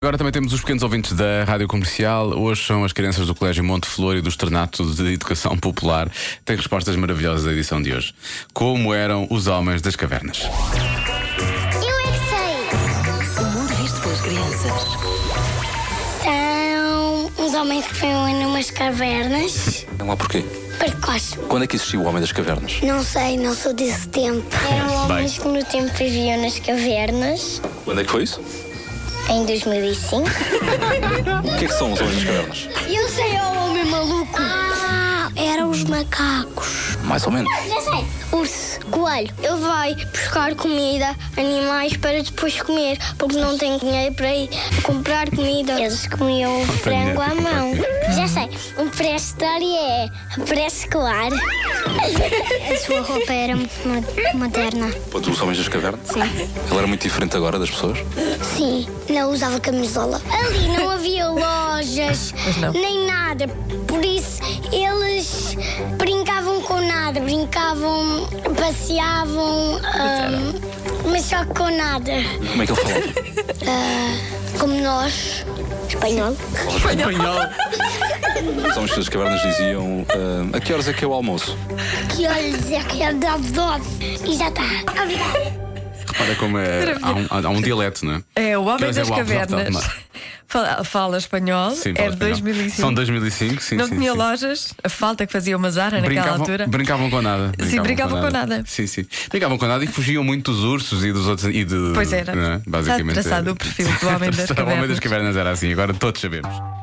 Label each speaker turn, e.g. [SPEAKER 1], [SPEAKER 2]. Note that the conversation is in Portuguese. [SPEAKER 1] Agora também temos os pequenos ouvintes da Rádio Comercial. Hoje são as crianças do Colégio Monte Flor e do Externato de Educação Popular. Tem respostas maravilhosas da edição de hoje. Como eram os homens das cavernas?
[SPEAKER 2] Eu é que sei.
[SPEAKER 3] O mundo visto pelas crianças.
[SPEAKER 2] São uns homens que foram em umas cavernas.
[SPEAKER 4] Não há porquê.
[SPEAKER 2] Precoce.
[SPEAKER 4] Quando é que existiu o Homem das Cavernas?
[SPEAKER 2] Não sei, não sou desse tempo. Eram homens que no tempo viviam nas cavernas,
[SPEAKER 4] Quando é que foi isso?
[SPEAKER 2] em 2005.
[SPEAKER 4] O que é que são os Homens das Cavernas?
[SPEAKER 2] Eu sei, é o homem maluco. Ah, eram os macacos.
[SPEAKER 4] Mais ou menos.
[SPEAKER 2] Já sei. Urso, coelho. Ele vai buscar comida, animais para depois comer, porque não tem dinheiro para ir comprar comida. Eles comiam o frango à mão. Já sei. Um pré-história é pré-escolar. A sua roupa era muito moderna.
[SPEAKER 4] Quando os Homens das Cavernas? Sim. Ele era muito diferente agora das pessoas?
[SPEAKER 2] Sim, não usava camisola. Ali não havia lojas, nem nada. Por isso eles brincavam com nada, brincavam, passeavam, ahm, mas só com nada.
[SPEAKER 4] Como é que ele falava?
[SPEAKER 2] Como nós, espanhol.
[SPEAKER 4] Os Homens das Cavernas diziam ah, a que horas é que é o almoço?
[SPEAKER 2] Que olhos é que é da dose. E já está. Obrigada.
[SPEAKER 1] Repara como é. Há um, há um dialeto, não é?
[SPEAKER 5] É o Homem
[SPEAKER 1] Mas é
[SPEAKER 5] das
[SPEAKER 1] o Alves
[SPEAKER 5] Cavernas.
[SPEAKER 1] Altemar.
[SPEAKER 5] Fala, fala espanhol,
[SPEAKER 1] Sim,
[SPEAKER 5] é
[SPEAKER 1] fala espanhol.
[SPEAKER 5] de 2005.
[SPEAKER 1] São 2005, sim.
[SPEAKER 5] não
[SPEAKER 1] sim,
[SPEAKER 5] tinha
[SPEAKER 1] sim.
[SPEAKER 5] lojas, a falta que fazia uma Zara naquela
[SPEAKER 1] Brincavam,
[SPEAKER 5] altura.
[SPEAKER 1] brincavam com nada.
[SPEAKER 5] brincavam com nada.
[SPEAKER 1] Sim, sim. Brincavam com nada e fugiam muito dos ursos e dos outros. E de,
[SPEAKER 5] Pois era.
[SPEAKER 1] não é?
[SPEAKER 5] Está
[SPEAKER 1] Basicamente.
[SPEAKER 5] traçado
[SPEAKER 1] era.
[SPEAKER 5] o perfil do homem das
[SPEAKER 1] O homem das
[SPEAKER 5] cavernas.
[SPEAKER 1] cavernas era assim, agora todos sabemos.